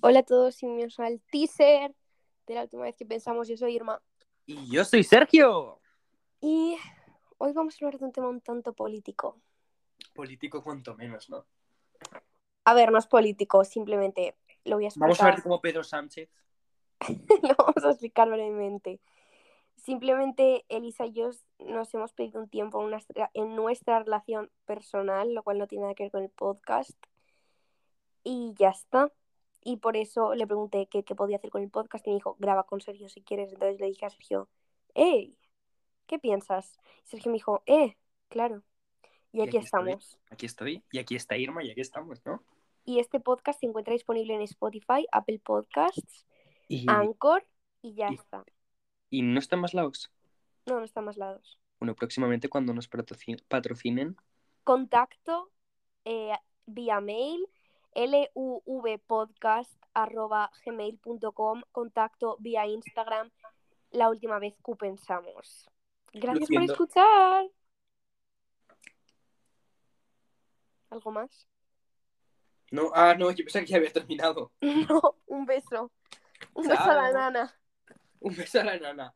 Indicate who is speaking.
Speaker 1: Hola a todos, bienvenidos al teaser de la última vez que pensamos. Yo soy Irma
Speaker 2: Y yo soy Sergio.
Speaker 1: y hoy vamos a hablar de un tema un tanto político.
Speaker 2: Político cuanto menos, ¿no?
Speaker 1: A ver, no es político, simplemente lo voy a explicar.
Speaker 2: Vamos a ver cómo Pedro Sánchez.
Speaker 1: lo vamos a explicar brevemente. Simplemente Elisa y yo nos hemos pedido un tiempo en, nuestra- en nuestra relación personal, lo cual no tiene nada que ver con el podcast. Y ya está. Y por eso le pregunté qué, qué podía hacer con el podcast y me dijo, graba con Sergio si quieres. Entonces le dije a Sergio, hey, ¿qué piensas? Y Sergio me dijo, eh, claro. Y aquí,
Speaker 2: aquí estoy.
Speaker 1: estamos.
Speaker 2: Aquí estoy. Y aquí está Irma y aquí estamos, ¿no?
Speaker 1: Y este podcast se encuentra disponible en Spotify, Apple Podcasts,
Speaker 2: Y,
Speaker 1: Anchor y ya
Speaker 2: y-
Speaker 1: está.
Speaker 2: y no están más laos.
Speaker 1: No, no está más lados.
Speaker 2: Bueno, próximamente cuando nos patroci- patrocinen.
Speaker 1: contacto eh, vía mail luvpodcast.gmail.com contacto vía Instagram la última vez que pensamos. Gracias por
Speaker 2: siento.
Speaker 1: escuchar. ¿Algo más?
Speaker 2: No, ah, no, yo pensaba que ya había terminado.
Speaker 1: No, un beso. Un beso a la
Speaker 2: Chao.
Speaker 1: nana.
Speaker 2: Un beso a la nana.